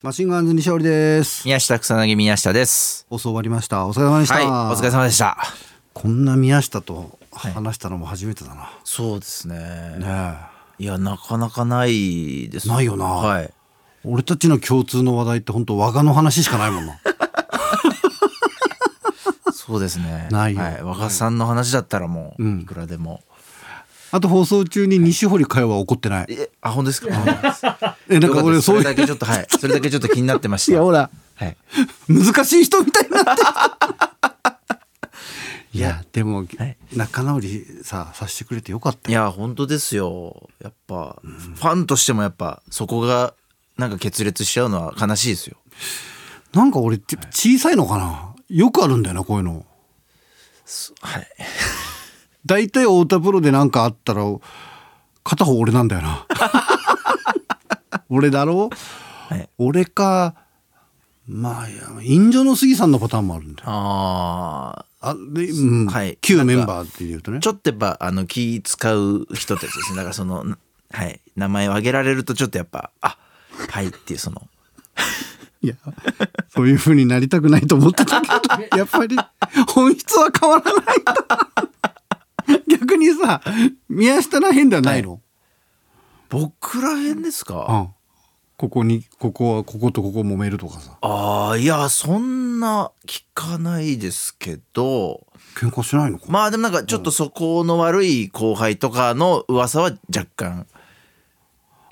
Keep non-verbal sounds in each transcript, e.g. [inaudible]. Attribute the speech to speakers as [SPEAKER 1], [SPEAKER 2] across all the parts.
[SPEAKER 1] マシンガンズ西織です。
[SPEAKER 2] 宮下草薙宮下です。
[SPEAKER 1] 放送終わりました。お疲れ様でした。
[SPEAKER 2] はい、お疲れ様でした。
[SPEAKER 1] こんな宮下と話したのも初めてだな。
[SPEAKER 2] そうですね。
[SPEAKER 1] ね
[SPEAKER 2] いや、なかなかないです。
[SPEAKER 1] ないよな
[SPEAKER 2] はい。
[SPEAKER 1] え、俺たちの共通の話題って本当我がの話しかないもん
[SPEAKER 2] [laughs]
[SPEAKER 1] な。
[SPEAKER 2] そうですね。
[SPEAKER 1] [laughs] ないよ
[SPEAKER 2] はい、若さんの話だったらもう、いくらでも。
[SPEAKER 1] あと放送中に西堀会話起こってない。
[SPEAKER 2] え、あ、本当ですか。
[SPEAKER 1] [laughs] え、なんか
[SPEAKER 2] よ
[SPEAKER 1] 俺
[SPEAKER 2] ったですそ
[SPEAKER 1] そう
[SPEAKER 2] れ
[SPEAKER 1] い
[SPEAKER 2] だ
[SPEAKER 1] う
[SPEAKER 2] けちょっと、はい、それだけちょっと気になってまし
[SPEAKER 1] [laughs]
[SPEAKER 2] た。
[SPEAKER 1] いやほら
[SPEAKER 2] はい。
[SPEAKER 1] 難しい人みたいにな
[SPEAKER 2] [laughs]
[SPEAKER 1] ってきた。いやでも、
[SPEAKER 2] い
[SPEAKER 1] 仲直りささせてくれてよかった
[SPEAKER 2] い
[SPEAKER 1] よ。
[SPEAKER 2] や、本当ですよ。やっぱ、ファンとしても、やっぱ、そこが。なんか決裂しちゃうのは悲しいですよ。
[SPEAKER 1] なんか俺ち小さいのかな。よくあるんだよなこういうの。
[SPEAKER 2] はい。
[SPEAKER 1] [laughs] 大体太田プロで何かあったら片方俺なんだよ
[SPEAKER 2] [laughs]
[SPEAKER 1] な俺だろ、
[SPEAKER 2] い
[SPEAKER 1] 俺かまあいや印象の杉さんのパターンもあるんだよ
[SPEAKER 2] ああ。
[SPEAKER 1] あで、うん
[SPEAKER 2] はい
[SPEAKER 1] 旧メンバーっていうとね
[SPEAKER 2] ちょっとやっぱあの気使う人たちですね。だからその、なはい、名前を挙げられるとちょっとやっぱ、あはいっていうその、
[SPEAKER 1] いやそういう風になりたくないと思ってたけど
[SPEAKER 2] [laughs]
[SPEAKER 1] やっぱり本質は変わらないんだ逆にさ宮下らへんではないの、
[SPEAKER 2] 僕らへんですか、
[SPEAKER 1] うん、ここにここはこことここ揉めるとかさ
[SPEAKER 2] ああ、いや、そんな聞かないですけど、
[SPEAKER 1] 喧嘩しないのか、
[SPEAKER 2] まあでもなんかちょっとそこの悪い後輩とかの噂は若干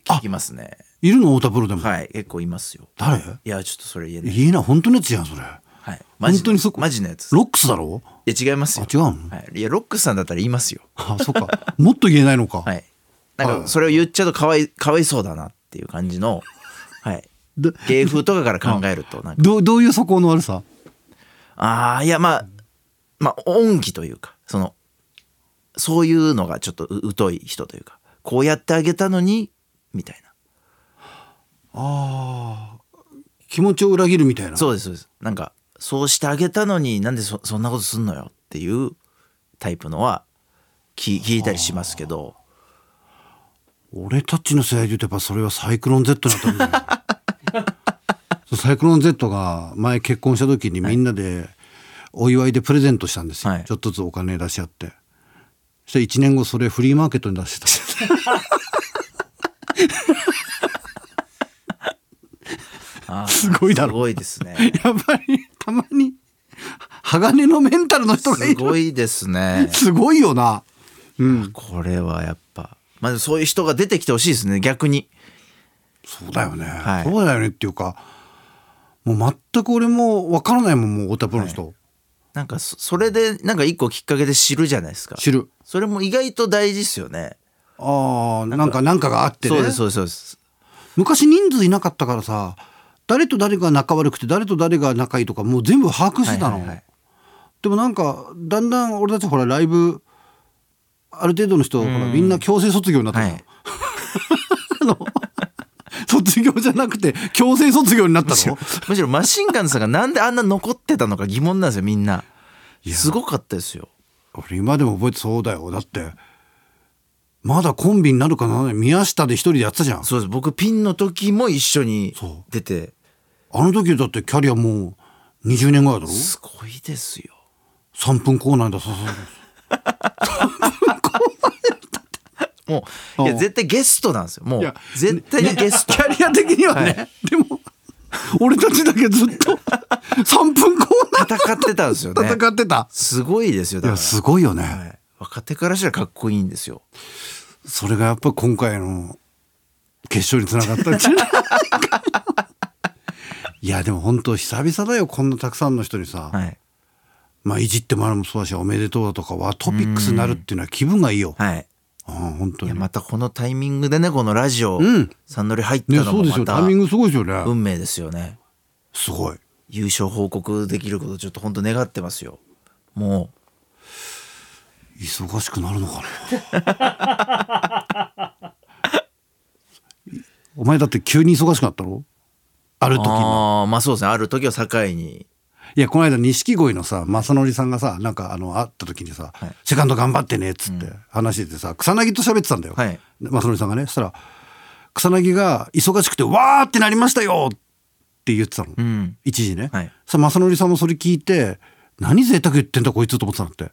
[SPEAKER 2] 聞きますね。
[SPEAKER 1] いるの太田プロでも、
[SPEAKER 2] はい、結構いますよ。
[SPEAKER 1] 誰
[SPEAKER 2] いや、ちょっとそれ言えない。
[SPEAKER 1] いいな本当のやつじゃんそれロ
[SPEAKER 2] はい、マジ
[SPEAKER 1] 本当にそこ
[SPEAKER 2] マジのやつ。
[SPEAKER 1] ックスだろ
[SPEAKER 2] いや、違いますよ。
[SPEAKER 1] あ違うの
[SPEAKER 2] はい、いや、ロックさんだったら言いますよ。
[SPEAKER 1] あそっかもっと言えないのか、
[SPEAKER 2] はい。なんかそれを言っちゃうとかわいかわいそうだなっていう感
[SPEAKER 1] [laughs]
[SPEAKER 2] じの、はい。
[SPEAKER 1] ど
[SPEAKER 2] 芸風とかから考えるとなんか、
[SPEAKER 1] どうどういう素行の悪さ
[SPEAKER 2] ああいやまあまあ恩義というかそのそういうのがちょっとう疎い人というかこうやってあげたのにみたい
[SPEAKER 1] ああ気持ちを裏切るみたいな
[SPEAKER 2] なそうですそうですなんかそうしてあげたのになんでそそんなことすんのよっていうタイプのは聞聞いたりしますけど
[SPEAKER 1] 俺たちの世代で言うとやっぱそれはサイクロン Z だったんだよ [laughs] そうサイクロン Z が前結婚した時にみんなでお祝いでプレゼントしたんですよ、
[SPEAKER 2] はい
[SPEAKER 1] ちょっとずつお金出し合ってそして1年後それフリーマーケットに出 [laughs] してた
[SPEAKER 2] あ
[SPEAKER 1] [laughs]
[SPEAKER 2] ー
[SPEAKER 1] すごいだ
[SPEAKER 2] す
[SPEAKER 1] ろ
[SPEAKER 2] ごいですね
[SPEAKER 1] やっぱりたまに鋼のメンタル [laughs] の人がいる
[SPEAKER 2] すごいですね
[SPEAKER 1] すごいよな。うん。
[SPEAKER 2] これはやっぱ、まあ、でもそういう人が出てきてほしいですね逆に
[SPEAKER 1] そうだよね。
[SPEAKER 2] はい
[SPEAKER 1] そうだよねっていうか、もう全く俺もわからないもん、もう太田プロの人。
[SPEAKER 2] なんかそそれでなんか一個きっかけで知るじゃないですか
[SPEAKER 1] 知る。
[SPEAKER 2] それも意外と大事ですよね
[SPEAKER 1] ああ、なんか、なんかがあってね。
[SPEAKER 2] そうですそうですそうです
[SPEAKER 1] 昔人数いなかったからさ、誰と誰が仲悪くて、誰と誰が仲いいとか、もう全部把握してたの。
[SPEAKER 2] はいはいはい
[SPEAKER 1] でもなんか、だんだん俺たちほら、ライブ、ある程度の人、ほらみんな強制卒業になったの。
[SPEAKER 2] はい
[SPEAKER 1] [laughs] あの卒業じゃなくて、強制卒業になった
[SPEAKER 2] むし
[SPEAKER 1] の
[SPEAKER 2] ろ。むしろマシンガンズさんがなんであんな残ってたのか疑問なんですよみんない
[SPEAKER 1] や
[SPEAKER 2] すごかったですよ
[SPEAKER 1] 俺今でも覚えてそうだよだってまだコンビになるかならない宮下で一人でやってたじゃん
[SPEAKER 2] そうです僕ピンの時も一緒に
[SPEAKER 1] そ
[SPEAKER 2] 出て
[SPEAKER 1] あの時だってキャリアもう20年ぐらいだろ
[SPEAKER 2] すごいですよ
[SPEAKER 1] 3分コーナーだそうそうそう
[SPEAKER 2] もういや
[SPEAKER 1] うん
[SPEAKER 2] 絶対ゲストなんですよも
[SPEAKER 1] いうや
[SPEAKER 2] 絶対にゲスト
[SPEAKER 1] キャリア的にはね、でも俺たちだけずっと3分コ
[SPEAKER 2] 戦ってたんですよ
[SPEAKER 1] ーナ
[SPEAKER 2] ね
[SPEAKER 1] ー戦ってた、
[SPEAKER 2] すごいですよ
[SPEAKER 1] い
[SPEAKER 2] だ
[SPEAKER 1] や
[SPEAKER 2] か
[SPEAKER 1] すごいよね、
[SPEAKER 2] ら、はい、若手からしたらかっこいいんですよ
[SPEAKER 1] それがやっぱ今回の決勝につながったんじゃ [laughs] ないかいやでも本当久々だよこんなたくさんの人にさ、
[SPEAKER 2] はい
[SPEAKER 1] まあ、いじってもらうのもそうだし、おめでとうだとかはトピックスになるっていうのは気分がいいよ。
[SPEAKER 2] はい
[SPEAKER 1] ああ本当
[SPEAKER 2] いや
[SPEAKER 1] に。
[SPEAKER 2] またこのタイミングでねこのラジオ、
[SPEAKER 1] ん
[SPEAKER 2] サンドリ入った
[SPEAKER 1] ね、
[SPEAKER 2] の
[SPEAKER 1] そ
[SPEAKER 2] も
[SPEAKER 1] うです
[SPEAKER 2] ま
[SPEAKER 1] よ。
[SPEAKER 2] た
[SPEAKER 1] タイミングすごいですよね。
[SPEAKER 2] 運命ですよね
[SPEAKER 1] すごい。
[SPEAKER 2] 優勝報告できることちょっと本当願ってますよも
[SPEAKER 1] 忙しくなるのかな。 [laughs] お前だって急に忙しくなったろある
[SPEAKER 2] う
[SPEAKER 1] 時に。
[SPEAKER 2] ああまあそうですねある時を境に
[SPEAKER 1] いや、この間、錦鯉のさ、正則さんがさ、なんか、あの、会った時にさ、
[SPEAKER 2] はい
[SPEAKER 1] セカンド頑張ってね、っつって話しててさ、草薙と喋ってたんだよ。
[SPEAKER 2] はい
[SPEAKER 1] で正則さんがね。そしたら、草薙が忙しくて、わーってなりましたよって言ってたの、
[SPEAKER 2] うん
[SPEAKER 1] 一時ね、
[SPEAKER 2] はい
[SPEAKER 1] さ正則さんもそれ聞いて何贅沢言ってんだこいつと思ってたのって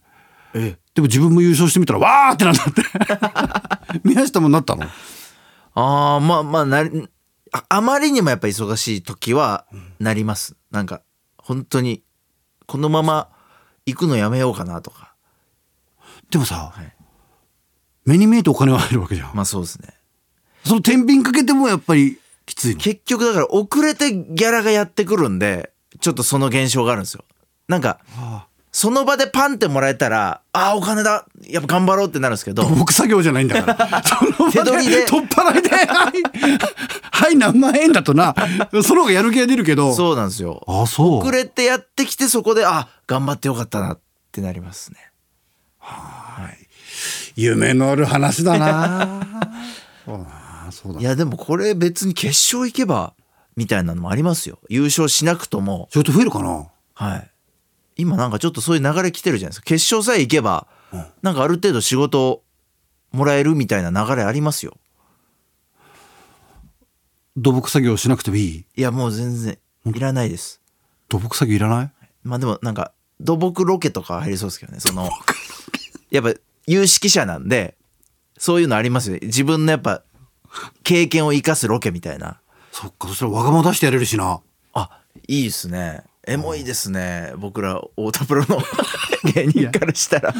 [SPEAKER 2] え
[SPEAKER 1] でも自分も優勝してみたらわーってなんだって
[SPEAKER 2] [laughs]
[SPEAKER 1] 宮下もなったの
[SPEAKER 2] ああまあまあなりああまりにもやっぱ忙しい時はなります、なんか本当にこのまま行くのやめようかなとか
[SPEAKER 1] でもさ、
[SPEAKER 2] はい
[SPEAKER 1] 目に見えてお金は入るわけじゃん、
[SPEAKER 2] まあそうですね
[SPEAKER 1] その天秤かけてもやっぱりきついの
[SPEAKER 2] 結局だから遅れてギャラがやってくるんでちょっとその現象があるんですよなんか
[SPEAKER 1] あ
[SPEAKER 2] その場でパンってもらえたらあーお金だやっぱ頑張ろうってなるんですけど
[SPEAKER 1] あ僕作業じゃないんだから
[SPEAKER 2] [laughs]
[SPEAKER 1] その
[SPEAKER 2] 手
[SPEAKER 1] 場
[SPEAKER 2] 取りで
[SPEAKER 1] で取っ払いで「はい、はい、何万円」だとなその方がやる気が出るけど
[SPEAKER 2] そうなんですよ
[SPEAKER 1] あそう
[SPEAKER 2] 遅れてやってきてそこであ頑張ってよかったなってなりますね
[SPEAKER 1] 夢のある話だ
[SPEAKER 2] [laughs]
[SPEAKER 1] なそうだなそうだ
[SPEAKER 2] い
[SPEAKER 1] な
[SPEAKER 2] やでもこれ別に決勝行けばみたいなのもありますよ優勝しなくとも
[SPEAKER 1] 仕事増えるかな
[SPEAKER 2] はい今なんかちょっとそういう流れ来てるじゃないですか決勝さえ行けばなんかある程度仕事もらえるみたいな流れありますよ
[SPEAKER 1] 土木作業しなくてもいい
[SPEAKER 2] いやもう全然いらないです
[SPEAKER 1] 土木作業いらない
[SPEAKER 2] まあでもなんか土木ロケとか入りそうですけどねそのやっぱ有識者なんでそういうのありますよね自分のやっぱ経験を生かすロケみたいな
[SPEAKER 1] そっかそしたらわがまま出してやれるしな
[SPEAKER 2] あいいですねエモいですね僕ら太田プロ
[SPEAKER 1] [laughs]
[SPEAKER 2] の芸人からしたら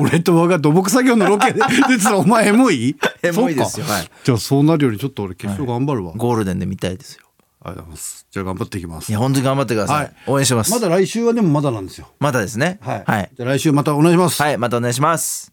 [SPEAKER 1] 俺と我が土木作業のロケで出てたらお前エモい
[SPEAKER 2] [laughs] エモいですよ
[SPEAKER 1] そうか
[SPEAKER 2] はい
[SPEAKER 1] じゃあそうなるよりちょっと俺決勝頑張るわ、ありが
[SPEAKER 2] ゴールデンで見たいですよ
[SPEAKER 1] とうございますじゃあ頑張っていきます
[SPEAKER 2] いや本当に頑張ってください、
[SPEAKER 1] はい
[SPEAKER 2] 応援してます
[SPEAKER 1] まだ来週はでもまだなんですよ
[SPEAKER 2] まだですね
[SPEAKER 1] はい、
[SPEAKER 2] はい、
[SPEAKER 1] じゃあ来週またお願いします
[SPEAKER 2] はい、またお願いします